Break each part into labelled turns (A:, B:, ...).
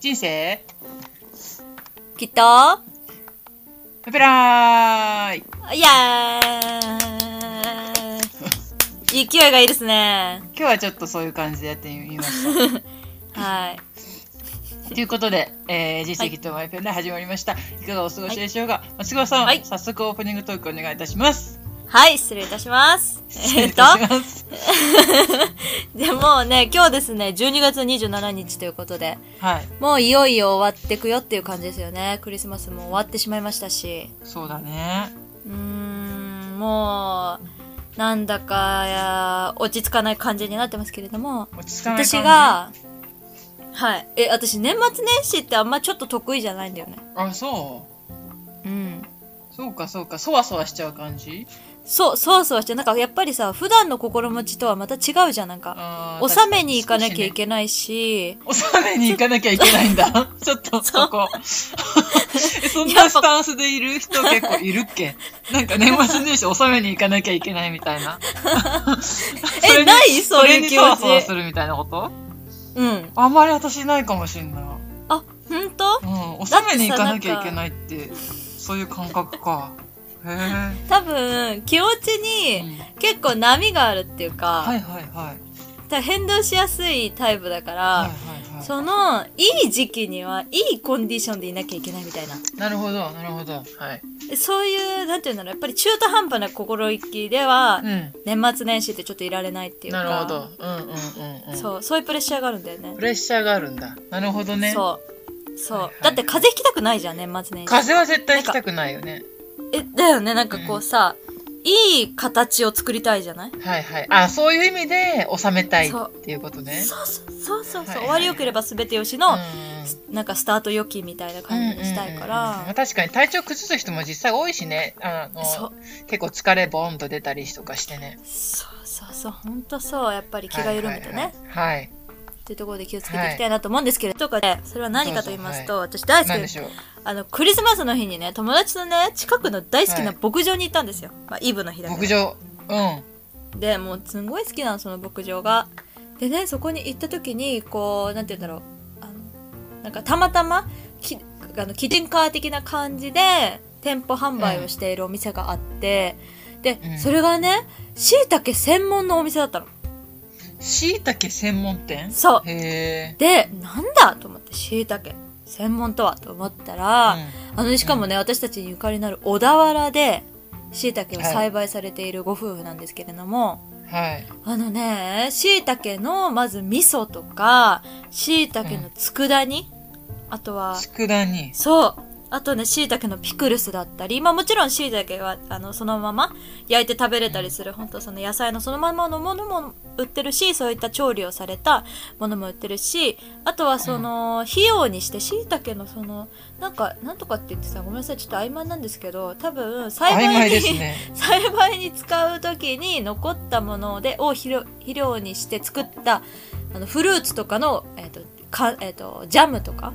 A: 人生
B: きっと、や
A: ペペラーイ
B: ーい勢いがいいですね。
A: 今日はちょっとそういう感じでやってみまし
B: はい。
A: た。ということで、えー、人生きっとマイペンで始まりました。いかがお過ごしでしょうか、松川さん、
B: はい
A: 早速オープニングトークお願いいたします。
B: はい、失礼いたします。えー
A: 失礼い
B: っと、
A: たします
B: でもね、今日ですね、12月27日ということで、
A: はい、
B: もういよいよ終わってくよっていう感じですよね。クリスマスも終わってしまいましたし。
A: そうだね。
B: うーん、もう、なんだかや、落ち着かない感じになってますけれども、
A: 落ち着かない感じ
B: 私、が、はい。え、私年末年始ってあんまちょっと得意じゃないんだよね。
A: あ、そう。
B: うん。
A: そうか、そうか、そわそわしちゃう感じ。
B: そう、そうそうして、なんかやっぱりさ、普段の心持ちとはまた違うじゃん、なんか。
A: あー
B: 納めに行かなきゃ
A: 確
B: い
A: か
B: けないし、
A: に収めに行かなきゃいけないん だ。ちょっと、そこ。えそんなスタンスでいる人結構いるっけなんか年末年始収めに行かなきゃいけないみたいな。それ
B: え、
A: に
B: ないそう
A: れ
B: いう
A: に
B: 気
A: そわそわ
B: 持
A: す
B: ち。
A: るみたいなこと
B: うん。
A: あんまり私ないかもしんない。う
B: あ、ほんと
A: ん。収めに行かなきゃいけないって、そういう感覚か。へえ。
B: 多分、気持ち
A: う
B: に
A: ん
B: 結構波があるっていうか、
A: はいはいはい。
B: だから変動しやすいタイプだから、
A: はいはいは
B: その、いい時期には、いいコンディションでいなきゃいけないみたいな。
A: い。なるほど、なるほど。はい。
B: でそういう、なんていうんだろう、やっぱり中途半端な心意気では、
A: う
B: 年末年始ってちょっといられないってい
A: ん。
B: うか、
A: なるほど。うんうんうんうん。
B: そう、そういうプレッシャーがあるんだよね。
A: プレッシャーがあるんだ。なるほどね。
B: そう。そう、
A: はいはい
B: だって風邪ひきたくないじゃん、年末年始。
A: 風邪は絶対来たくないよね。
B: え、だよね、なんかこうさ、いい形を作りたいじゃない
A: はいはい。あ、そういう意味で収めたいっていうことね。
B: そうそうそうそ
A: は
B: うそう、
A: いはい
B: 終わりよければ全てよしの、なんかスタート良きみたいな
A: うん
B: 感じにしたいか
A: うんうんうん
B: ら、
A: 確かに体調崩す人も実際多いしね。あの
B: そう
A: 結構疲れボーンと出たりとかしてね。
B: そうそうそうほんとそうやっぱり気が緩めてね、
A: はいはい
B: っていうところで気をつけていきたいなと思うんですけれど、とかでそれは何かと言いますと、私大
A: はい。
B: 好き
A: なん
B: で
A: ですしょう。
B: あのクリスマスの日にね友達のね近くの大好きな牧場に行ったんですよ、まあ、イブの日だけど
A: 牧場。うん。
B: でもうすんごい好きなのその牧場がでねそこに行った時にこうなんて言うんだろうあのなんかたまたまきあのキッチンカー的な感じで店舗販売をしているお店があって、で、
A: うん
B: それがねしいたけ専門のお店だったの
A: 椎茸専門店
B: そう
A: へえ。
B: でなんだと思ってしいたけ専門とはと思ったら、あのねしかもね、私たちにゆかりのある小田原でしいたけを栽培されているご夫婦なんですけれども、
A: うんはい。
B: あのね、椎茸の、まず味噌とか、椎茸の佃煮、あとは、
A: 佃煮。
B: そう。あとね、椎茸のピクルスだったり、まあもちろん椎茸は、あの、そのまま焼いて食べれたりする、本当その野菜のそのままのものも売ってるし、そういった調理をされたものも売ってるし、あとはその、費用にして椎茸のその、なんか、なんとかって言ってさ、ごめんなさい、ちょっと曖昧なんですけど、多分、栽培
A: 曖
B: に、
A: 昧ですね。
B: 栽培に使う時に残ったものでを肥料肥料にして作ったあのフルーツとかの、えっとかえっとジャムとか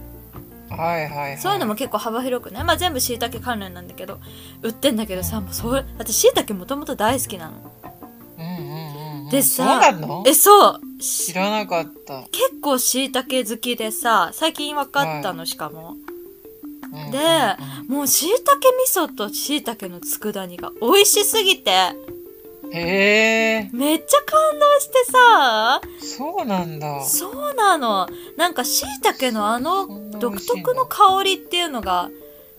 A: はいはいはい。
B: そういうのも結構幅広くね、まあ、全部しいたけ関連なんだけど売ってんだけどさもうそう私しいたけもともと大好きなの。
A: うんうんうんうん。
B: で
A: そうな
B: さ
A: の
B: えそう
A: 知
B: し
A: らなかった。
B: 結構しいたけ好きでさ最近分かったのしかも、
A: うん
B: で
A: うんうん
B: もうしいたけ味噌としいたけの佃煮が美味しすぎて
A: へえ、
B: めっちゃ感動してさ
A: そうなんだ。
B: そうなの。なんか椎茸のあの独特の香りっていうのが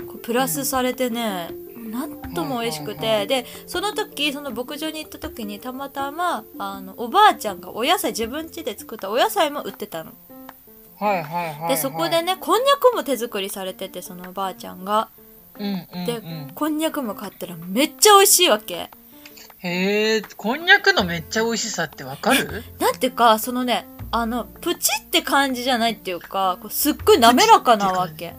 B: こうプラスされてね、なんとも美味しく
A: はいはいは
B: て、で、その時、その牧場に行った時にたまたま、あの、おばあちゃんがお野菜、自分家で作ったお野菜も売ってたの。
A: はいはいはいはい。
B: で、そこでね、こんにゃくも手作りされてて、そのおばあちゃんが。
A: うんうん
B: で
A: うん、
B: こんにゃくも買ったらめっちゃ美味しいわけ。
A: へえ、こんにゃくのめっちゃ美味しさってわかる
B: なんていうか、そのね、あの、プチって感じじゃないっていうか、こうすっごい滑らかなわけ。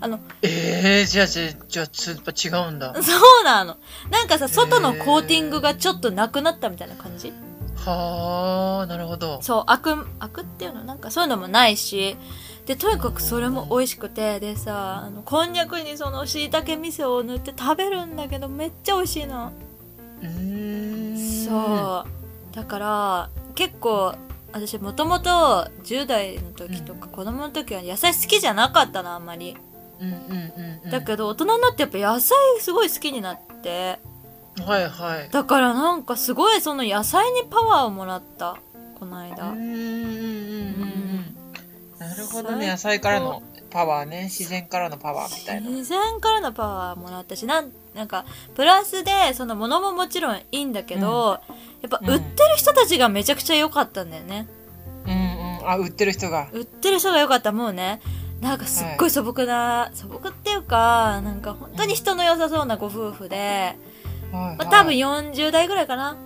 B: あの、
A: ええじゃあ、じゃあ、じゃあ、つやっぱ違うんだ。
B: そうなの。なんかさ、外のコーティングがちょっとなくなったみたいな感じ
A: はあ、なるほど。
B: そう、アク、アクっていうのなんかそういうのもないし。で、とにかくそれも美味しくて、でさ、あの、こんにゃくにその椎茸味噌を塗って食べるんだけど、めっちゃ美味しいの。
A: うーん。
B: そう。だから、結構、私もともと10代の時とか子供の時は野菜好きじゃなかったのあんまり
A: うんうんうん。
B: だけど大人になってやっぱ野菜すごい好きになって
A: ど。はいはい。
B: だからなんかすごいその野菜にパワーをもらったこの
A: うん
B: 間
A: うんうんうんうん。なるほど
B: 最
A: ね。
B: 高
A: 野菜からのパワーね。自然からのパワーみたいな。
B: 自然からのパワーもらったしなんなんかプラスでその物ももちろんいいんだけど、やっぱ
A: うん
B: 売ってる人たちがめちゃくちゃ良かったんだよね、
A: うんうん。あ、売ってる人が。
B: 売ってる人が良かったもうねなんかすっごい素朴な、素朴っていうかなんか本当に人の良さそうなご夫婦で、
A: はい、
B: まあ、多分
A: はい
B: 40代ぐらいかな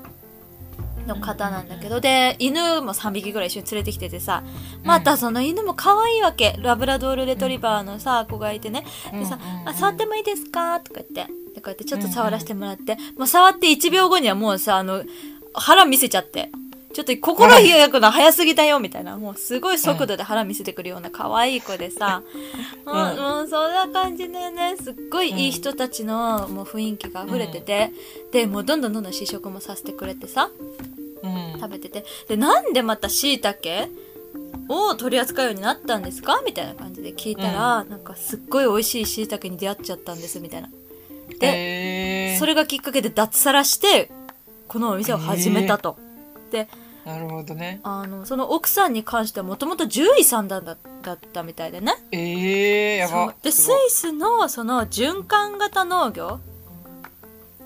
B: の方なんだけどで犬も3匹ぐらい一緒に連れてきててさまたその犬も可愛いわけラブラドールレトリバーのさ子がいてねでさ
A: うんうんう
B: 「
A: ん
B: あ触ってもいいですか?」とか言ってでこうやってちょっと触らせてもらって、もう触って1秒後にはもうさあの腹見せちゃってちょっと心開くの早すぎたよみたいなもうすごい速度で腹見せてくるような可愛い子でさ、
A: うん
B: もうもうそんな感じでねすっごいいい人たちのもう雰囲気が溢れてて、でもうどんどんどんどん試食もさせてくれてさ
A: うん
B: 食べててでなんでまたしいたけを取り扱うようになったんですかみたいな感じで聞いたら、なんかすっごい美味しいしいたけに出会っちゃったんですみたいなで、
A: へー
B: それがきっかけで脱サラしてこのお店を始めたと、で
A: なるほどね。
B: あのその奥さんに関してはもともと獣医さんだだったみたいでね
A: ええー、や
B: そ
A: ば
B: う。ですスイ
A: ごい
B: スのその循環型農業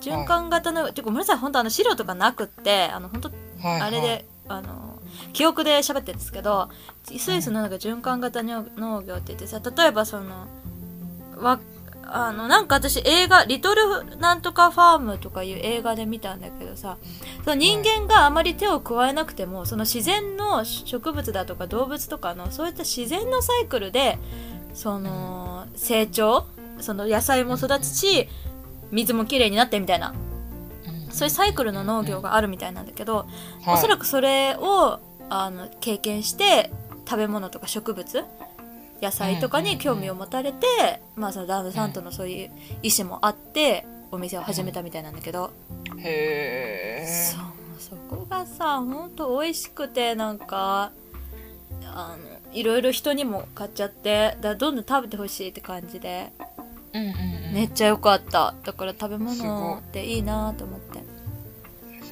B: 循環型農業、てかごめんなさい本当あの資料とかなくってあの本当
A: はいはい
B: あれで、あの、記憶で喋ってるんですけど、スイスのなんか循環型農農業って言ってさ、例えばその、わ、あの、なんか私映画、リトルなんとかファームとかいう映画で見たんだけどさ、その人間があまり手を加えなくても、その自然の植物だとか動物とかの、そういった自然のサイクルで、その、成長、その野菜も育つし、水もきれいになってみたいな、
A: うん
B: そういうサイクルの農業があるみたいなんだけど、
A: はい
B: おそらくそれをあの経験して食べ物とか植物野菜とかに興味を持たれて、まあ、その旦那さんとのそういう意思もあってお店を始めたみたいなんだけど、
A: へ
B: そうそこがさほんと美味しくてなんかあのいろいろ人にも買っちゃってだからどんどん食べてほしいって感じで
A: え。うんうんうん。
B: めっちゃ良かっただから食べ
A: すご
B: 物
A: い
B: っていいなと思って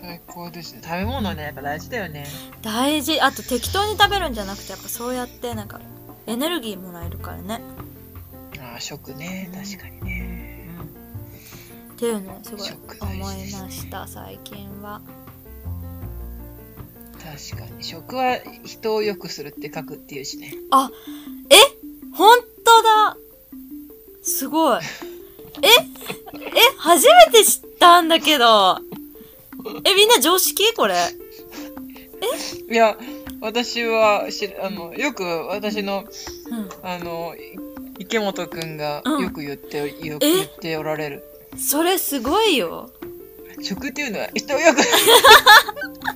A: 最高ですね。食べ物ね、やっぱ大事だよね。
B: 大事あと適当に食べるんじゃなくてやっぱそうやってなんかエネルギーもらえるからね
A: ああ、食ね、確かにね。
B: っていうのをすごい
A: 食大
B: 思
A: 事
B: い
A: ですね
B: ました最近は
A: 確かに。食は人を良くするって書くっていうしね。
B: あえ本当だすごいええ初めて知ったんだけどえみんな常識これ
A: いや、私は知ら、あの、よく私の、
B: う
A: あの、い池本くんが
B: うん
A: よく言って、よく
B: え
A: 言っておられる。
B: んそれすごいよ
A: 食っていうのは人を良く、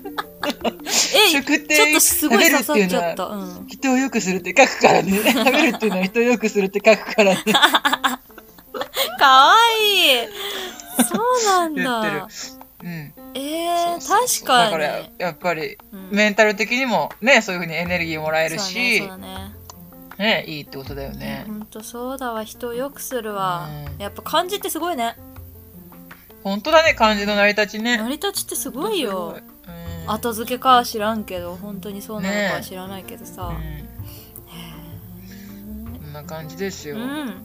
B: え
A: 食っ
B: ちょってとすごい刺さっち
A: は
B: ゃったうん
A: 人を良くするって書くからね。食べるっていうのは人を良くするって書くからね。
B: かわいいそうなん
A: 言
B: だ
A: うん。
B: えー、
A: そうそう
B: 確かに
A: だから、やっぱり、
B: うん
A: メンタル的にもね、そういうふうにエネルギーもらえるし、
B: そう
A: ね
B: だね
A: いいってことだよ
B: そうだね
A: ね。
B: ほんとそうだわ人を良くするわ
A: うん
B: やっぱ漢字ってすごいね
A: 本当だね、漢字の成り立ちね。
B: 成り立ちってすごいよ
A: すごい。うん、
B: 後付けかは知らんけど本当にそうなのかは知らないけどさ、
A: うん、こんな感じです
B: う
A: よ。
B: ん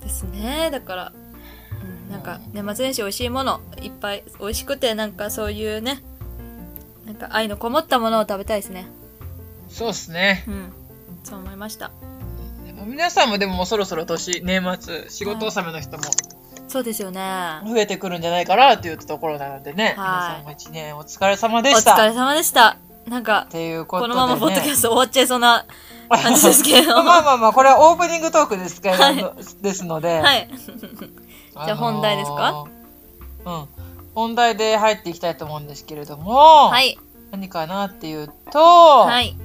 B: ですねだから、うん、なんか年末年始美味しいものいっぱい美味しくてなんかそういうねなんか愛のこもったものを食べたいですね
A: そうですね。
B: うんそう思いました
A: 皆さんもでももうそろそろ年、年末、仕事納めの人も
B: そうですよね
A: 増えてくるんじゃないかなっていうところなのでね、
B: はい
A: 皆さんも一年お疲れ様で
B: お
A: した。
B: 疲
A: っ
B: れ様でしたなんか
A: ていうこと
B: こ
A: で、ね。
B: のままポッドキャスト終わっちゃいそうな感じですけど
A: まあまあまあ、これはオープニングトークですけれど、
B: はい
A: ですので。
B: はい。
A: あのー
B: じゃあ本題ですか
A: うん。本題で入っていきたいと思うんですけれども、
B: はい。
A: 何かなっていうと、
B: はい。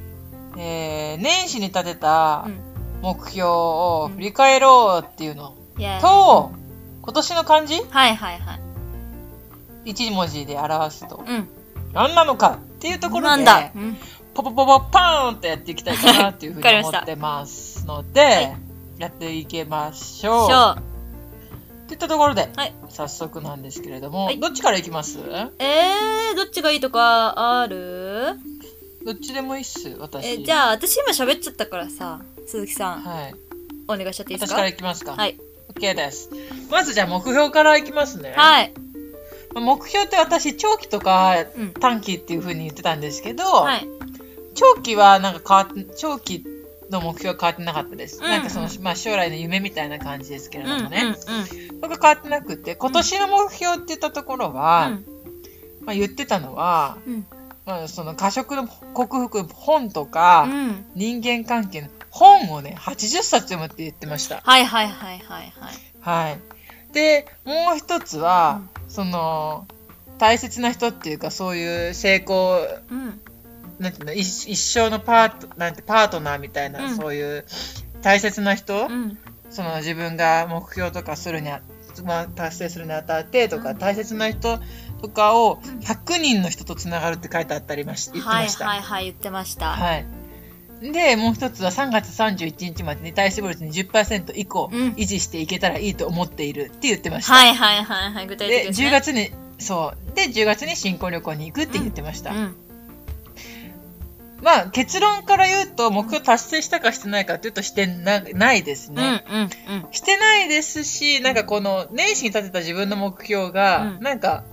A: えー年始に立てた
B: うん。
A: 目標を振り返ろうっていうの
B: イェーイ
A: と、今年の漢字
B: はいはいはい。
A: 一文字で表すと
B: うん。
A: 何なのかっていうところで、
B: なんだ。うん。
A: ポポポポパーンってやっていきたいかなっていうふうに思ってますので、
B: はい
A: やっていきまし
B: し
A: ょう。
B: ょう。
A: といったところで、
B: はい
A: 早速なんですけれども、
B: はい
A: どっちからいきます
B: えー、どっちがいいとかある
A: どっちでもいいっす、私。
B: え、じゃあ、私今喋っちゃったからさ、鈴木さん、
A: はい。
B: お願いしちゃっていいで
A: 私
B: すか
A: からいきますか。
B: はい。
A: OK です。まずじゃあ目標からいきますね。
B: はい。
A: まあ目標って私、長期とか
B: うん。
A: 短期っていうふうに言ってたんですけど、
B: はい。
A: 長期はなんか変わっ長期の目標は変わってなかったです。
B: うんうん
A: なんかその、まあ、将来の夢みたいな感じですけれ
B: うん。う
A: ど
B: ん。
A: もね。それが変わってなくて、今年の目標って言ったところは、まあ、言ってたのは、
B: うん。うん。
A: まあ、その過食の克服本とか、
B: うん。
A: 人間関係の本をね、80冊読むって言ってました。
B: はいはいはいはいは
A: は
B: い。
A: い。で、もう一つは、その、大切な人っていうか、そういう成功、
B: うん。
A: なんていうの、一一生のパート、なんて、パートナーみたいな、
B: うん
A: そういう大切な人、
B: うん。
A: その自分が目標とかするにあ、まあ、達成するにあたってとか、
B: うん
A: 大切な人とかを
B: うん
A: 100人の人とつながるって書いてあったりまし言って
B: は
A: ま
B: い
A: した。
B: はいはい、言ってました。
A: はい。で、もう一つは3月31日までに体脂肪率20%以降
B: うん
A: 維持していけたらいいと思っているって言ってました。
B: はいはいはいはい、具体的
A: で、
B: です、
A: 10
B: ね。
A: 月に、そう。で、10月に新婚旅行に行くって言ってました。
B: うん。
A: まあ、結論から言うと、目標達成したかしてないかっていうとしてなないです
B: う
A: ね。
B: んうんうん。
A: してないですし、なんかこの、年始に立てた自分の目標が、
B: うん
A: なんか、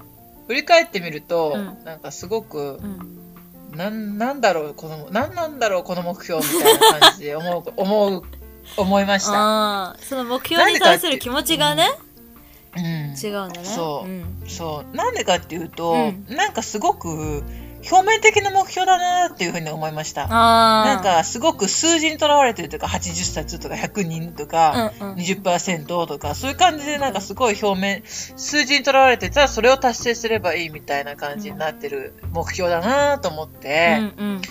A: 振り返ってみると、
B: うん
A: なんかすごく
B: う、ん。
A: なん、なんだろう、この、なんなんだろう、この目標みたいな感じで 思う、思う、思いました。
B: ああ、その目標に対する気持ちがね、
A: うん。
B: 違うんだね。
A: そう
B: うん。
A: そう。なんでかっていうと、
B: うん
A: なんかすごく、表面的な目標だなっていうふうに思いました。なん
B: ああ。
A: かすごく数字にとらわれてるというか、80冊とか100人とか、
B: うんうん。
A: 20%とか、そういう感じでなんかすごい表面、数字にとらわれてたらそれを達成すればいいみたいな感じになってる目標だなと思って、
B: うんうん。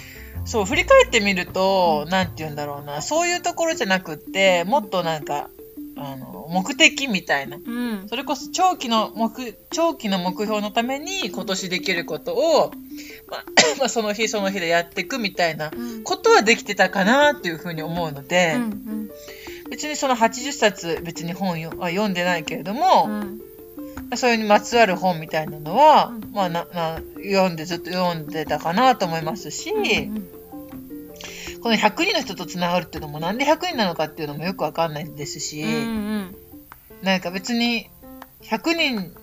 A: そう、振り返ってみると
B: う、
A: なんて言うんだろうな、そういうところじゃなくって、もっとなんか、あの、目的みたいな。
B: うん。
A: それこそ長期の目、長期の目標のために今年できることを、まあ まあ、その日その日でやっていくみたいな
B: うん
A: ことはできてたかなっていうふうに思うので、
B: うん
A: 別にその80冊別に本よあ読んでないけれども
B: う、ん
A: そういうにまつわる本みたいなのは、
B: うん
A: まあなな読んでずっと読んでたかなと思いますし、
B: うん
A: この100人の人とつながるっていうのもなんで100人なのかっていうのもよくわかんないですし、
B: うんうん
A: なんか別に100人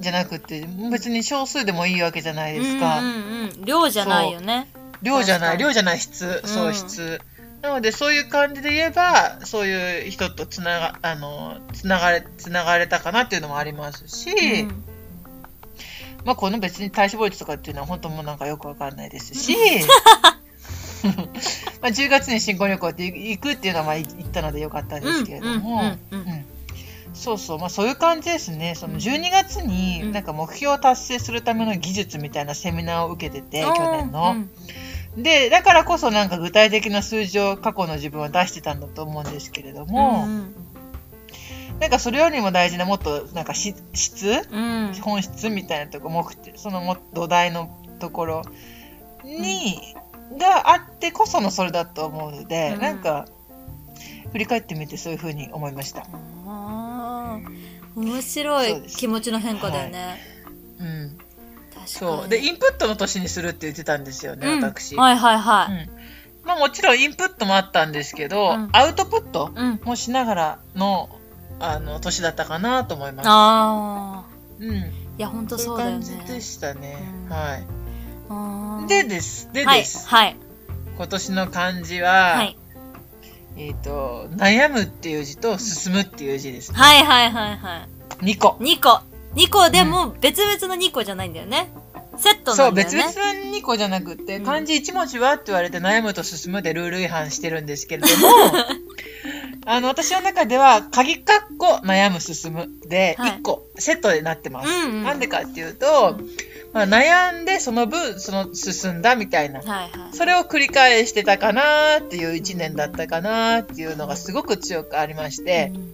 A: じゃなくて別に少数でもいいわけじゃないですか。
B: うんうんうん量じゃないよね
A: 量じゃな
B: 確か
A: い
B: に
A: 量じゃない質、
B: うん
A: そう質なのでそういう感じで言えばそういう人とつながあのつながれつながれたかなっていうのもありますし、
B: うん
A: まあこの別に体脂肪率とかっていうのは本当もうなんかよくわかんないです しまあ10月に新婚旅行って行くっていうのはまあ行ったのでよかったんですけれども、
B: うんうんうん
A: そうそう、まあそういう感じですね。その12月
B: う
A: に
B: ん
A: なんか目標を達成するための技術みたいなセミナーを受けてて、
B: うん
A: 去年の。
B: うん
A: で、だからこそなんか具体的な数字を過去の自分は出してたんだと思うんですけれども、なんかそれよりも大事なもっとなんかし質、
B: うんうん
A: 本質みたいなとこ、目的、そのも土台のところに、があってこそのそれだと思うので、
B: うん
A: なんか振り返ってみてそういうふうに思いました。
B: あー面白
A: そう
B: い
A: です
B: 気持ちの変化だよね
A: うん。
B: 確か
A: そ
B: に
A: う。で、インプットの年にするって言ってたんですよね、
B: うん
A: 私。
B: はいはいは
A: まあもちろんインプットもあったんですけど、
B: うん
A: アウトプット
B: いうん
A: もしながらの、あの、年だったかなと思います。
B: ああ
A: うん。
B: いやほんと
A: そ
B: そう
A: いう
B: うだよ
A: 感じで
B: ね
A: したね。
B: うん
A: はい。
B: あー
A: でです。で
B: は
A: で
B: い
A: す。
B: はい
A: 今年の漢字は、
B: はい
A: えっ、と、悩むっていう字と進むっていう字です、ね。
B: はいはいはいはい
A: 2個。
B: 2個2個でも別々の2個じゃないんだよねセット
A: そ
B: な
A: う、
B: んだよ
A: 別々
B: ね
A: の2個じゃなくって、
B: うん
A: 漢字1文字はって言われて悩むと進むでルール違反してるんですけれども、 あの、私の中では、鍵括弧悩む進むで、
B: はい
A: 1個、セットになってます。
B: うんうん
A: なんでかっていうと、まあ、悩んでその分、その進んだみたいな。
B: はいはい
A: それを繰り返してたかなっていう1年だったかなっていうのがすごく強くありまして、
B: うん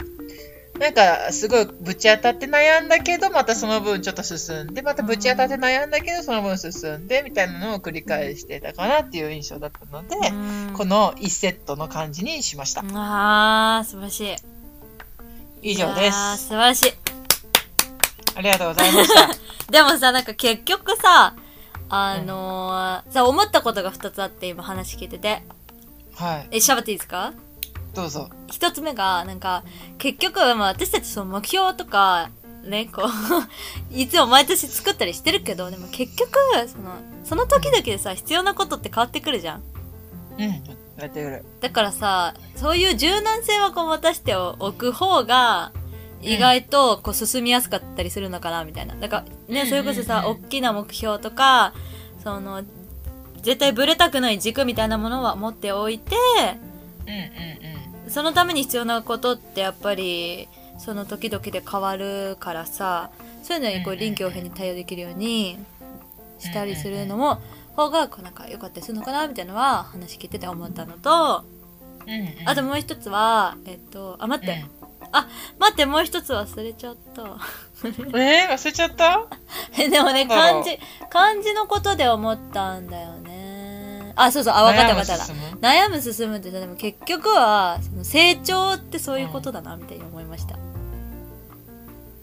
A: なんか、すごいぶち当たって悩んだけど、またその分ちょっと進んで、またぶち当たって悩んだけど、その分進んで、みたいなのを繰り返してたかなっていう印象だったので、
B: うん
A: この1セットの感じにしました。
B: あー、素晴らしい。
A: 以上で
B: いやー
A: す。
B: 素晴らしい。
A: ありがとうございました。
B: でもさ、なんか結局さ、あのー、さ、思ったことが2つあって今話聞いてて。
A: はい、
B: え、しゃべっていいですか
A: どうぞ。
B: 一つ目が、なんか、結局、まあ、私たちその目標とか、ね、こう、 いつも毎年作ったりしてるけど、でも結局、その、その時々でさ、必要なことって変わってくるじゃん。
A: うん、やってくる。
B: だからさ、そういう柔軟性はこう持たしておく方が、意外とこう進みやすかったりするのかな、みたいな。だから、
A: うん
B: ね、それこそさ、
A: うん
B: 大きな目標とか、その、絶対ブレたくない軸みたいなものは持っておいて、
A: うんうん
B: そのために必要なことってやっぱりその時々で変わるからさそういうのにこ
A: うんう
B: う
A: ん
B: 臨機応変に対応できるようにしたりするのも方がこうなんか良かったりするのかなみたいなのは話聞いてて思ったのと
A: うん。うんうん
B: あともう一つはえっとあ待って、
A: うん
B: 待ってもう一つ忘れちゃった
A: えー、忘れちゃった
B: えでもね
A: なんだろ
B: 漢
A: う
B: 字漢字のことで思ったんだよねあそうそうあ分かった分かった
A: 悩む進む
B: 悩む進むってさでも結局はその成長ってそういうことだなみたいに思いました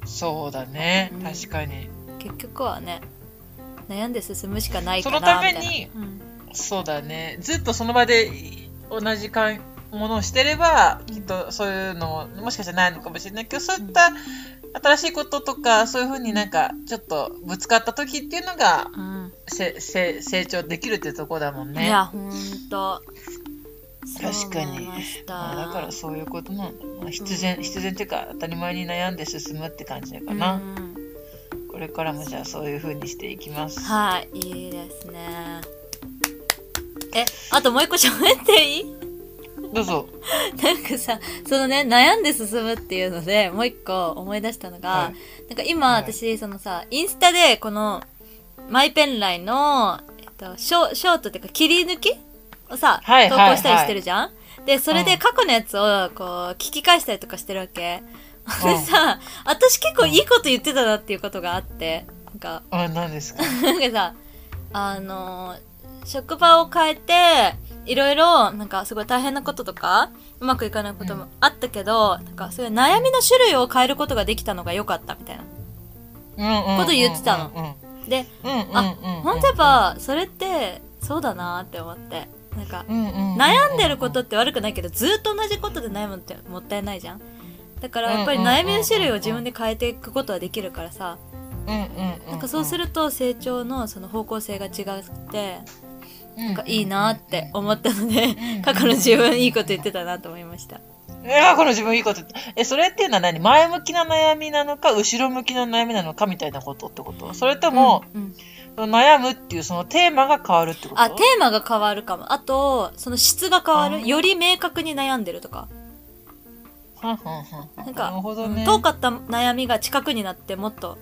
A: そうだね
B: う。ん
A: 確かに。
B: 結局はね悩んで進むしかないかな
A: そのために
B: みいな
A: そうだね。ずっとその場で同じかんものをしてれば、きっとそういうのも、もしかしたらないのかもしれないけど、そういった新しいこととか、そういうふうになんか、ちょっとぶつかった時っていうのが、
B: うん、
A: せ、せ、成長できるっていうところだもん
B: い
A: ね。
B: やほんと
A: 確かに
B: そう思いました
A: まあだからそういうことなのかな必然、必然っていうか、当たり前に悩んで進むって感じだか
B: う
A: な。
B: ん
A: これからもじゃあそういうふうにしていきます。
B: はいいいですねえあともう一個喋っていい
A: どうぞ。
B: なんかさそのね悩んで進むっていうのでもう一個思い出したのが、
A: はい
B: なんか今、
A: はい
B: 私そのさインスタでこのマイペンライの、えっと、ショショートっていうか切り抜きをさ、
A: はい
B: 投
A: はい
B: 稿したりしてるじゃん、でそれ
A: う
B: で
A: ん
B: 過去のやつをこう聞き返したりとかしてるわけ、でさ私結構いいこと言ってたなっていうことがあってなんか
A: あ、何ですか
B: なんかさあの職場を変えていろいろなんかすごい大変なこととかうまくいかないこともあったけど、なんかそういう悩みの種類を変えることができたのが良かったみたいな
A: こと
B: 言ってたの
A: の。
B: で
A: うんうんうんうん。
B: 本当やっぱそれってそうだなって思ってなんか
A: うんうんうん、
B: 悩んでることって悪くないけどずっと同じことで悩むってもったいないじゃんだからやっぱり悩みの種類を自分で変えていくことはできるからさ
A: うんうんうんうん、
B: なんかそうすると成長のその方向性が違ってなんかいいなって思ったので
A: うん
B: 過去の自分いいこと言ってたなと思いました
A: いやこの自分いいこと言ってえそれっていうのは何前向きな悩みなのか後ろ向きな悩みなのかみたいなことってことそれとも、
B: うんうん
A: 悩むっていうそのテーマが変わるってこと
B: あテーマが変わるかもあとその質が変わ
A: あー
B: るより明確に悩んでるとか
A: はんはんはんは
B: なんんか
A: なるほどね
B: 遠かった悩みが近くになってもっと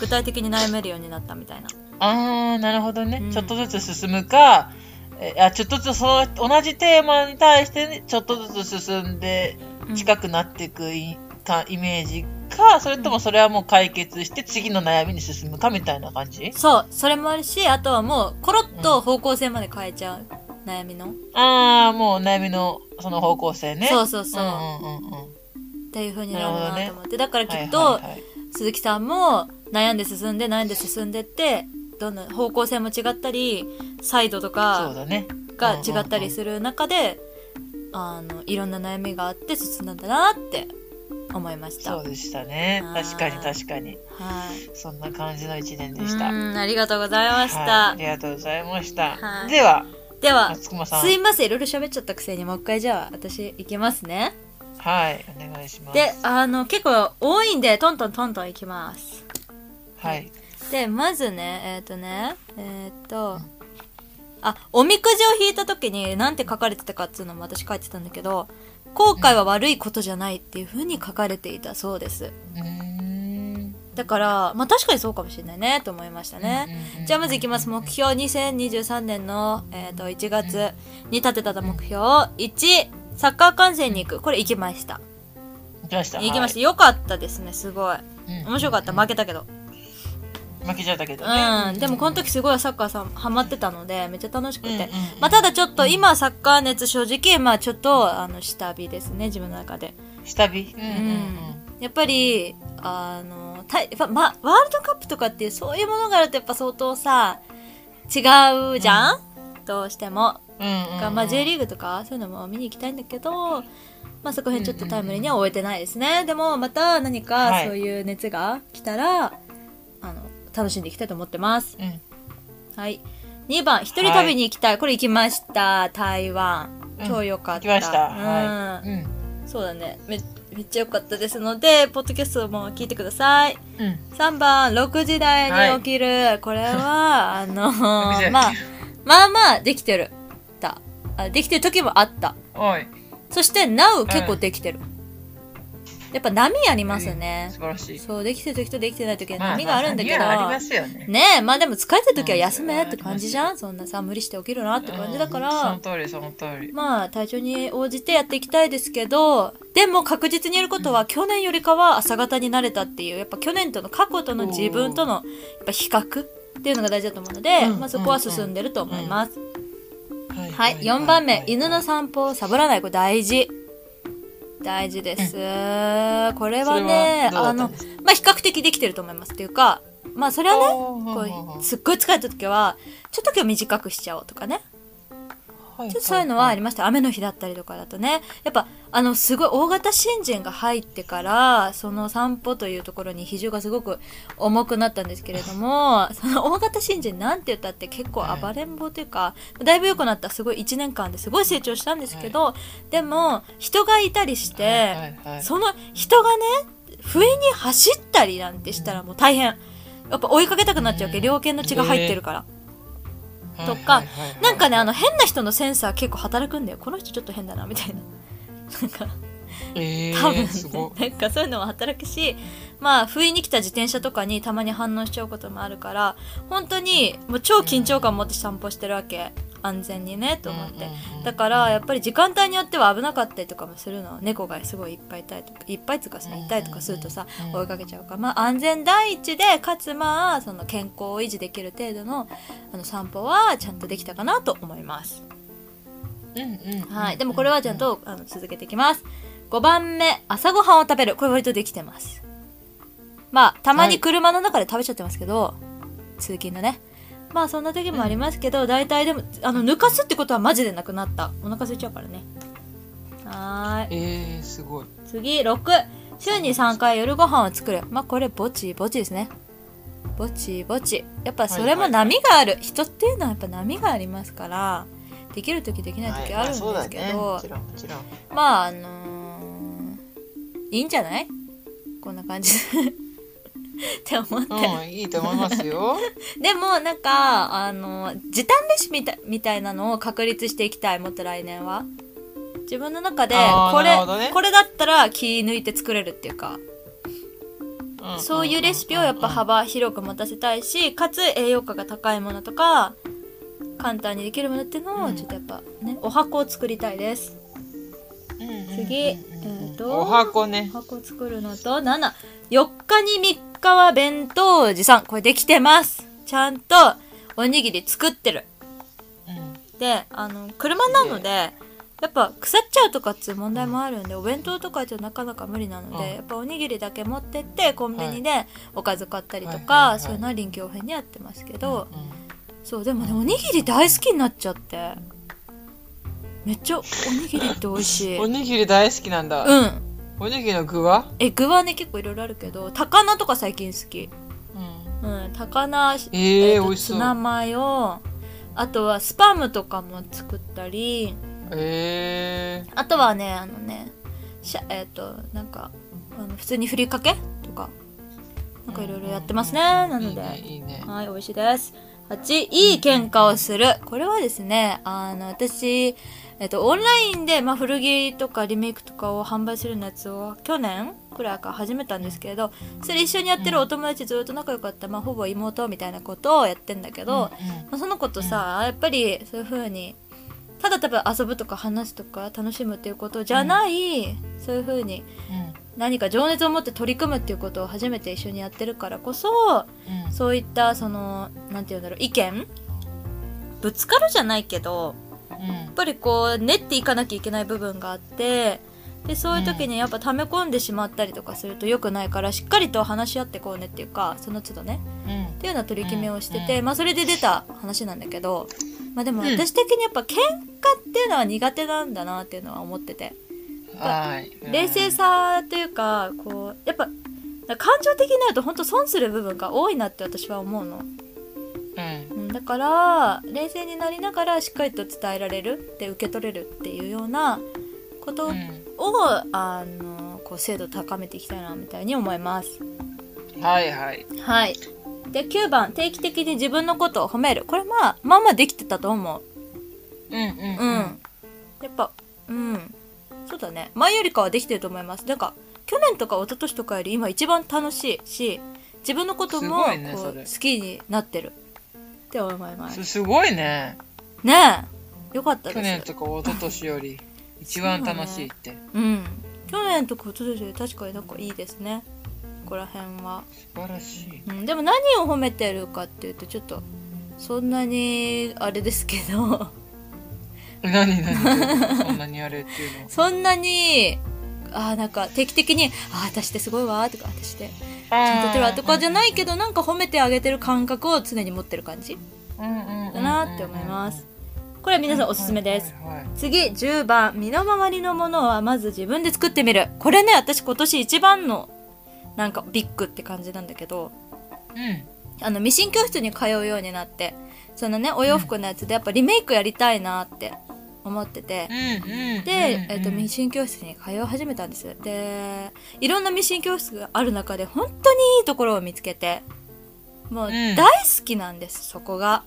B: 具体的に悩めるようになったみたいな
A: ああなるほどね、
B: うん
A: ちょっとずつ進むかえあちょっとずつその同じテーマに対してねちょっとずつ進んで近
B: く
A: くなっていくいかイメージかそれともそれはもう解決して次の悩みに進むかみたいな感じ
B: そうそれもあるしあとはもうコロッと方向性まで変えちゃう悩みの、
A: ああもう悩みのその方向性ね
B: そううそうそう、
A: んう
B: っ
A: んうんうん
B: ていう風になるなと思って、だからきっ
A: はい
B: と
A: はいはい
B: 鈴木さんも悩んで進んで悩んで進んでってどんどん方向性も違ったりサイド
A: そ
B: と
A: う
B: か
A: だね
B: が違ったりする中で、あのいろんな悩みがあって進んだんだなって思いました
A: そうでしたね
B: あー
A: 確かに確かに
B: はい
A: そんな感じの一年でした
B: うーんありがとうございました。
A: はい、ありがとうございました、
B: はい
A: では
B: では、
A: 松隈さん
B: すいません、いろいろ喋っちゃったくせに、もう一回じゃあ、私、行きますね。
A: はいお願いします
B: で、あの、結構多いんで、トントントントン行きます。
A: はい
B: で、まずね、えっ、とね、えっ、と、あ、おみくじを引いた時に、なんて書かれてたかっていうのも私書いてたんだけど、後悔は悪いことじゃないっていう風に書かれていたそうです。
A: うーん
B: だから、まあ確かにそうかもしれないね、と思いましたね。
A: うんうんうん
B: じゃあまずいきます。目標2023年の、えー、と1月に立てた目標1、サッカー観戦に行く。これ行きました。
A: う行きました。
B: 行きました。
A: は
B: よかったですね、すごい。
A: いうん
B: 面白かった。負けたけど。
A: 負けちゃったけどね。
B: うん。でもこの時すごいサッカーさんハマってたので、めっちゃ楽しく
A: うんうん
B: て
A: うん。
B: まあ、ただちょっと今サッカー熱正直、まあちょっと、あの、下火ですね、自分の中で。
A: 下火。うん
B: やっぱりあのたやっぱ、ま、ワールドカップとかっていうそういうものがあるとやっぱ相当さ違うじゃん、どうしても、
A: うんうんうんうん。
B: まあ、J リーグとかそういうのも見に行きたいんだけど、まあ、そこへんちょっとタイムリーには終えてないですね、でもまた何
A: は
B: か
A: い
B: そういう熱が来たら、あの楽しんでいきたいと思ってます
A: うん。
B: はい2番一人旅に行きたい、これ行きました台湾
A: うん
B: 今日よか
A: 行
B: っ
A: き
B: た、
A: ました。
B: うん
A: はい。うん。
B: そうだねめめっちゃ良かったですのでポッドキャストも聞いてください
A: うん。
B: 3番6時台に起きる、これ はあの
A: 6時台
B: まあまあまあできてるだあできてる時もあった
A: おい。
B: そして Now 結構できてる、やっぱ波ありますね、
A: 素晴らしい。
B: そうできてる時とできてない時で
A: ま
B: 波があるんだけど、
A: まあ波はありますよね。
B: ねえまあでも疲れてる時は休めって感じじゃんそんなさ無理して起きるなって感じだから、
A: うんその通り、その通り。
B: まあ、体調に応じてやっていきたいですけど、でも確実にやることは、去年よりかは朝方になれたっていう、やっぱ去年との過去との自分との、やっぱ比較っていうのが大事だと思うので、
A: うん
B: まあそこは進んでると思います。
A: は
B: はい、4番目、犬の
A: こ
B: 散歩をサボらない、これ大事。大事です。これはね、あの、まあ比較的できてると思います。っていうか、まあそれはね、こう、すっごい疲れた時は、ちょっと今日短くしちゃおうとかね。
A: う
B: ちょっとそういうのはありました。雨の日だったりとかだとね。やっぱ、あの、すごい大型新人が入ってから、その散歩というところに比重がすごく重くなったんですけれ ども、その大型新人なんて言ったって結構暴れん坊というか、だいぶ良くなった。すごい1年間ですごい成長したんですけど、でも、人がいたりして、
A: はいはいはい
B: その人がね、不意に走ったりなんてしたらもう大変。やっぱ追いかけたくなっちゃうわけ。
A: うん
B: 両肩の血が入ってるから。
A: はい
B: とか
A: はいはいはい
B: なんかね、あの、変な人のセンサー結構働くんだよ。この人ちょっと変だな、みたいな。 なんか、
A: えー
B: 多分、ね
A: すごい。
B: なんかそういうのも働くし、まあ、不意に来た自転車とかにたまに反応しちゃうこともあるから、本当に、もう超緊張感持って散歩してるわけ。安全にね、と思って。だから、やっぱり時間帯によっては危なかったりとかもするの。猫がすごいいっぱいいたりとか、いっぱいつうかさ、いたりとかするとさ、
A: うんうんうん
B: 追いかけちゃうから、まあ、安全第一で、かつまあ、その健康を維持できる程度の、あの、散歩はちゃんとできたかなと思います。はい。でもこれはちゃんと、あの続けていきます。5番目、朝ごはんを食べる。これ割とできてます。まあ、たまに車の中で食べちゃってますけど、通勤のね。まあ、そんな時もありますけど、大体でも、あの、抜かすってことはマジでなくなった。お腹空いちゃうからね。はーい。
A: えー、すごい。
B: 次、6。週に3回夜ご飯を作る。まあ、これ、ぼちぼちですね。ぼちぼち。やっぱ、それも波がある。人っていうのはやっぱ波がありますから、できる時できない時あるんです
A: はい
B: けど、
A: まあそうだねもちろん、も
B: まああのーいいんじゃないこんな感じ って思って、
A: ちろん。うん、いいと思いますよ。
B: でもなんかあのー時短レシピみたみたいなのを確立していきたいもっと来年は自分の中で
A: あー
B: こ
A: な
B: れ
A: るほどね
B: これだったら気抜いて作れるっていうか
A: ん
B: そういうレシピをやっぱ幅広く持たせたいしかつ栄養価が高いものとか簡単にできるものっていうの
A: う
B: を
A: ん
B: ちょっとやっぱねお箱を作りたいです
A: うんうんうんうん
B: 次えーと
A: お箱ね。
B: 箱作るのと74日に3日は弁当持参これできてますちゃんとおにぎり作ってる
A: うん
B: であの車なのでやっぱ腐っちゃうとかっていう問題もあるんでお弁当とかじゃなかなか無理なの
A: うん
B: でやっぱおにぎりだけ持ってってコンビニでおかず買ったりと
A: はいはいは
B: か
A: い
B: そういうのは臨機応変にやってますけ
A: うん
B: どそうでもねおにぎり大好きになっちゃってめっちゃおにぎりって美味 しい
A: おにぎり大好きなんだ。
B: うん
A: おにぎりの具は
B: え具はね結構いろいろあるけど高菜とか最近好き
A: うん
B: うん高菜
A: えー
B: と
A: 美味しそう
B: ツナマヨあとはスパムとかも作ったり
A: え
B: あとはねあのねしゃえっ、となんかあの普通にふりかけとかなんかいろいろやってますねな
A: ー。
B: の
A: いい
B: で
A: ね、いいね。
B: はい、美味しいです。8、いい喧嘩をする。これはですね、あの、私、えっと、オンラインで、まあ、古着とかリメイクとかを販売するようなやつを、去年くらいから始めたんですけれど、それ一緒にやってるお友達ずっと仲良かった、まあ、ほぼ妹みたいなことをやってんだけど、
A: うん
B: まあ、その子とさ、やっぱり、そういう風に、ただ多分遊ぶとか話すとか楽しむっていうことじゃない、そういう風に、
A: うんうん
B: 何か情熱を持って取り組むっていうことを初めて一緒にやってるからこそ
A: うん
B: そういったそのなんて言うんだろう意見ぶつかるじゃないけどやっぱりこう練っていかなきゃいけない部分があってでそういう時にやっぱ溜め込んでしまったりとかすると良くないからしっかりと話し合ってこうねっていうかその都度ね
A: うんうん
B: っていうような取り決めをしてて、
A: うん
B: まあそれで出た話なんだけどまあでも
A: うん
B: 私的にやっぱ喧嘩っていうのは苦手なんだなっていうのは思ってて
A: はいうん
B: 冷静さというかこうやっぱだから感情的になると本当損する部分が多いなって私は思うの、
A: うん
B: うん、だから冷静になりながらしっかりと伝えられるで受け取れるっていうようなことを、
A: う
B: あのこう精度を高めていきたいなみたいに思います
A: んはいはい
B: はい。で、9番、定期的に自分のことを褒める。これまあ、まあまあできてたと思う。
A: うんうん
B: うん。やっぱ、うん。そうだね。前よりかはできてると思います。なんか、去年とか一昨年とかより今一番楽しいし、自分のことも
A: すご
B: こう、
A: いねそれ
B: 好きになってる。って思いま
A: す。
B: す
A: すごいね
B: ねえ。よかった
A: 去年
B: です。
A: とか一昨年より一番楽しいって、
B: うん。去年とか一昨年より確かになんかいいですね。ここら辺は。
A: 素晴らしい
B: うん、でも何を褒めてるかっていうとちょっとそんなにあれですけど
A: 何何 そんなにあれっていうの
B: そんなにあーなんか定期的に「あー私ってすごいわ」とか「私って
A: ち
B: ちゃんとやってるわ」とかじゃないけどなんか褒めてあげてる感覚を常に持ってる感じだ
A: だ
B: なって思いますこれは皆さんおすすめです
A: はいはい
B: 次10番身の回りのものはまず自分で作ってみるこれね私今年一番のなんかビッグって感じなんだけど
A: はい
B: あのミシン教室に通うようになってそのねお洋服のやつでやっぱリメイクやりたいなって思ってて
A: うんうんうん
B: で、えっとミシン教室に通い始めたんですでいろんなミシン教室がある中で本当にいいところを見つけてもう
A: うん
B: 大好きなんです、そこが。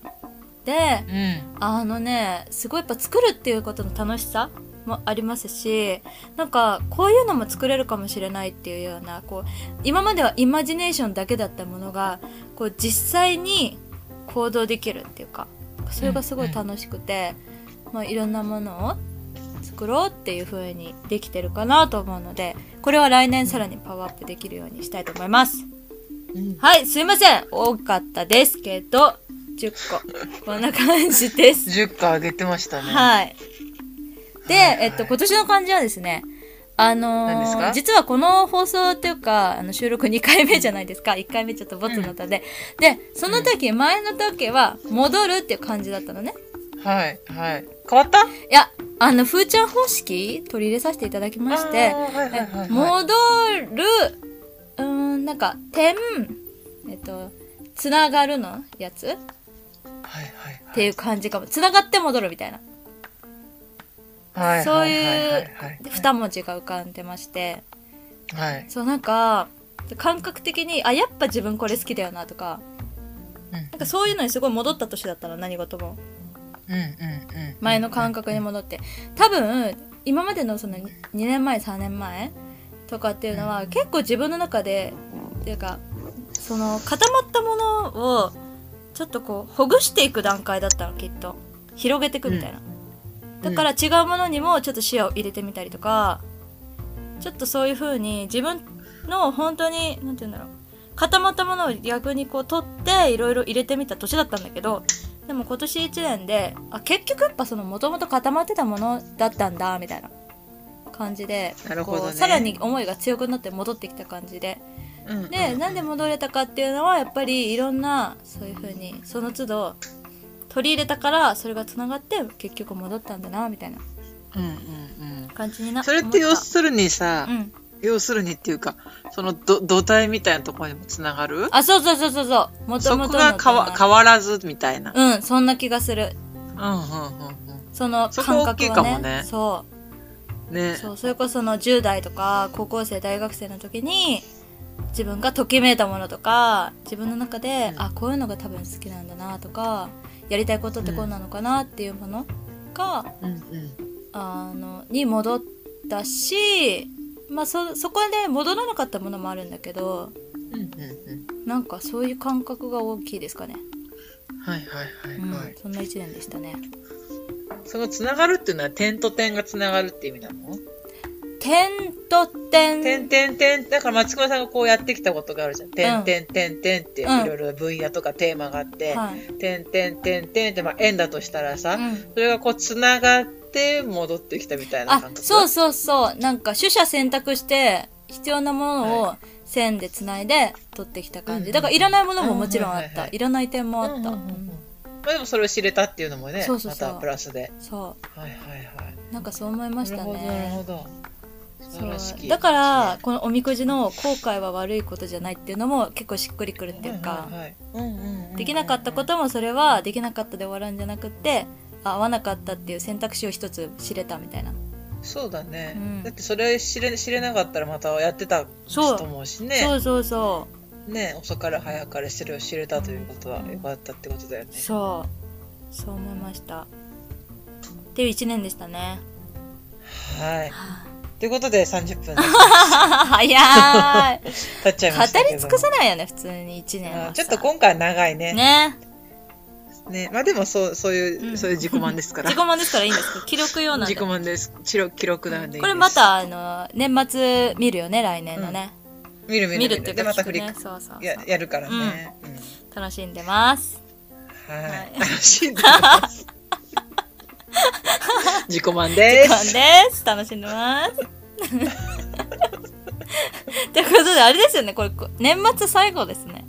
B: で
A: うんうん
B: あのねすごいやっぱ作るっていうことの楽しさもありますしなんかこういうのも作れるかもしれないっていうようなこう今まではイマジネーションだけだったものがこう実際に行動できるっていうかそれがすごい楽しくて、まあ、いろんなものを作ろうっていう風にできてるかなと思うのでこれは来年さらにパワーアップできるようにしたいと思います。
A: うん
B: はい、すいません。多かったですけど、10個。こんな感じです。
A: 10個上げてましたね
B: はい。で、
A: はいはい
B: えっと、今年の漢字はですね、あの
A: 何です
B: ー、
A: か
B: 実はこの放送というか、あの収録2回目じゃないですか。1回目ちょっとボツだったんで。で、その時、前の時は、戻るっていう漢字だったのね。
A: はいはい変わった
B: いや、あの、ふーちゃん方式取り入れさせていただきまして
A: あ、ーはいはいはいはい
B: 戻る、うーん、なんか、点、えっと、つながるのやつっ
A: はいはいはい
B: ていう感じかも。つながって戻るみたいな。
A: はい
B: そう
A: はいはは
B: う
A: はい
B: 二文字が浮かんでまして。
A: はい
B: そう、なんか、感覚的に、あ、やっぱ自分これ好きだよなとか、
A: うん
B: なんかそういうのにすごい戻った年だったの、何事も。
A: うんうんうん
B: 前の感覚に戻って多分今までのその2年前3年前とかっていうのは結構自分の中でっていうかその固まったものをちょっとこうほぐしていく段階だったのきっと広げていくみたいな、だから違うものにもちょっと視野を入れてみたりとかちょっとそういう風に自分の本当に何て言うんだろう固まったものを逆にこう取っていろいろ入れてみた年だったんだけどでも今年1年であ結局やっぱそのもともと固まってたものだったんだみたいな感じで
A: なるほどね
B: こうさらに思いが強くなって戻ってきた感じで
A: うんうん
B: でなんで戻れたかっていうのはやっぱりいろんなそういう風にその都度取り入れたからそれがつながって結局戻ったんだなみたいな
A: うんうん
B: 感じに
A: う
B: なん
A: それって
B: 思
A: 要
B: た
A: するにさ
B: うん
A: 要するにっていうかそのど土台みたいなところにもつながる
B: あそうそうそうそうそうもと
A: そ
B: も
A: ことが変わ変わらずみたいな
B: うんそんな気がする
A: うんうんうん
B: その
A: そ
B: 感
A: こ大
B: 覚
A: きい
B: は
A: か
B: ね
A: もね
B: そ
A: うんね
B: うそうそれこそその10代とか高校生大学生の時に自分がときめいたものとか自分の中で、
A: うん
B: あこういうのが多分好きなんだなとかやりたいことってこうなのかなっていうものが、
A: うんうん
B: あのに戻ったし、まあ、そそこで戻らなかったものもあるんだけど
A: うんうん
B: なんかそういう感覚が大きいですかね、
A: うんはいはいは
B: うん
A: いはい
B: そんな1年でしたね
A: そのつながるっていうのは点と点がつながるって意味なの
B: 点と点。
A: てんてんてん、だから松隈さんがこうやってきたことがあるじゃん。てんてんてんてんって、い
B: うん
A: ろいろ分野とかテーマがあって、
B: はい。
A: てんてんてんてんって、まあ円だとしたらさ、
B: うん
A: それがこう繋がって戻ってきたみたいな
B: あ
A: 感、覚。
B: そうそうそう。なんか、取捨選択して、必要なものを線で繋いで取ってきた感
A: うん
B: じ。だから、いらないものももちろんあ
A: うんは
B: っ
A: いはい
B: た。
A: はい
B: いらない点もあった。
A: うんうんうんうん
B: うん
A: まあでもそれを知れたっていうのもね、
B: そうそうそう
A: またプラスで。は
B: そ
A: いはいはい。
B: う。なんか、そう思いまし
A: なる
B: た
A: ほど、なるほ
B: ね。
A: ど。素晴らし
B: そう
A: き。
B: だから、このおみくじの後悔は悪いことじゃないっていうのも結構しっくりくるっていうか、できなかったことともそれはできなかったで終わるんじゃなくって、あ合わなかったっていう選択肢を一つ知れたみたいな。
A: そうだね、
B: うん
A: だってそれ知れ知れなかったらまたやってた
B: そう
A: と思うし
B: そ
A: ね
B: うそうそ
A: ね遅かれ早かれそれを知れたということはよかったってことだよね
B: う。そう。そう思いました。っていう一年でしたね。
A: はい
B: は
A: ということで30分
B: あ 早い。
A: 経っちゃいましたけ
B: 語
A: ど
B: り尽くせないよね、普通に一年は
A: あ
B: さ。
A: ちょっと今回は長いねね
B: ね。
A: まあでもそうそういう、
B: うん
A: そういう自己満ですから
B: 自己満ですからいいんですけど、記録用なんで。
A: 自己満です記録記録なんでいいです
B: これまた、あの、年末見るよね、来年のね。
A: 見る見る
B: 見るっていう
A: で
B: か、
A: また
B: 聞
A: 振
B: く
A: り、
B: ね。そうそうそう
A: ややるからね、うん
B: 楽しんでます。
A: はい、
B: はい
A: 楽しんでます自己満です
B: 時間です。楽しん でます。ということで、あれですよね、これ、こ年末最後ですね。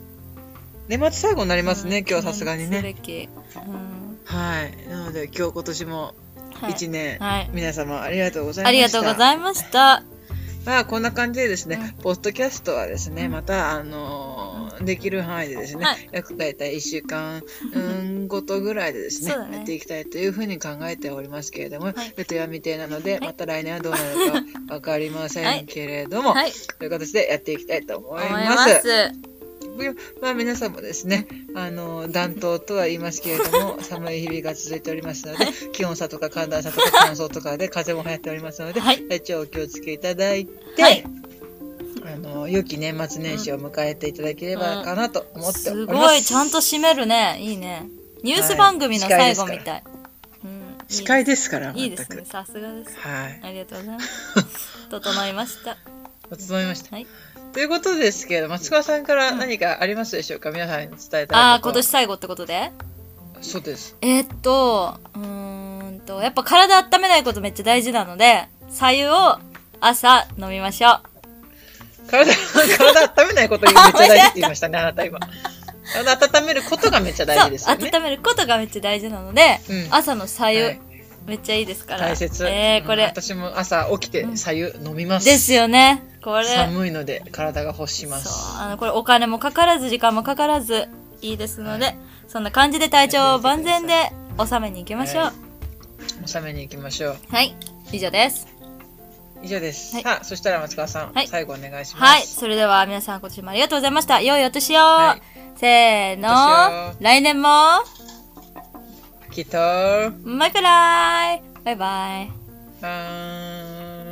A: 年末最後になりますね、
B: う
A: 今
B: ん
A: 日はさすがに
B: 記念
A: ね。
B: すべきうん
A: はい。なので今日今年も
B: はい
A: 一年、
B: はい。
A: 皆様ありがとうございました。
B: ありがとうございました。
A: まあこんな感じでですね、
B: うん
A: ポッドキャストはですね、
B: うん
A: またあのーできる範囲でですね、
B: はい
A: 約大体一週間うんごとぐらいでですね
B: そうだね
A: やっていきたいというふうに考えておりますけれども、
B: い
A: 予定は未定なので、
B: い
A: また来年はどうなるかわかりませんけれども、
B: はい。
A: という形でやっていきたいと思
B: 思
A: い
B: い
A: ま。
B: ますす。
A: まあ皆さんもですね、あの、暖冬とは言いますけれど も、寒い日々が続いておりますので、気温差とか寒暖差とか乾燥とかで風も流行っておりますので、
B: はい
A: 体調をお気をつけいただいて、
B: はい
A: あの、良き年末年始を迎えていただければかなと思っております。
B: すごい、ちゃんと締めるね。いいね。ニュース番組の最後みたい。うん
A: 司会ですから、
B: いい
A: 全
B: です
A: く。
B: ね。さすがです。
A: はい。
B: ありがとうございます。整いました。
A: 整いました。
B: はい。
A: ということですけれども、松川さんから何かありますでしょうか、皆さんに伝えたいこと。
B: ああ、今年。最後ってことで
A: そうです。
B: えーっと、うーんと、やっぱ体温めないことめっちゃ大事なので、左右を朝飲みましょう。
A: 体、体温めないこと がめっちゃ大事って言いましたね、あなた今。体温めることがめっちゃ大事ですよね
B: そ。う、温めることがめっちゃ大事なので、
A: うん
B: 朝の左右、
A: はい
B: めっちゃいいですから。
A: 大切。
B: えー、こ
A: うん
B: れ、
A: 私も朝起きて左右飲みます。
B: ですよね。これ。
A: 寒いので体が欲しま
B: そう
A: す。
B: あのこれお金もかからず時間もかからずいいですので、
A: はい
B: そんな感じで体調を万全で収めに行きましょうは
A: はい収めに行きましょう。
B: い、以上です
A: 以上です。
B: はい
A: さあ、そしたら松川さん、
B: はい
A: 最後お願いします。
B: はいそれでは皆さん今年もありがとうございました良いお年を、
A: はい
B: せーの
A: お年を
B: 来年も
A: きっと、あ
B: マイクライバイバイ
A: ーん。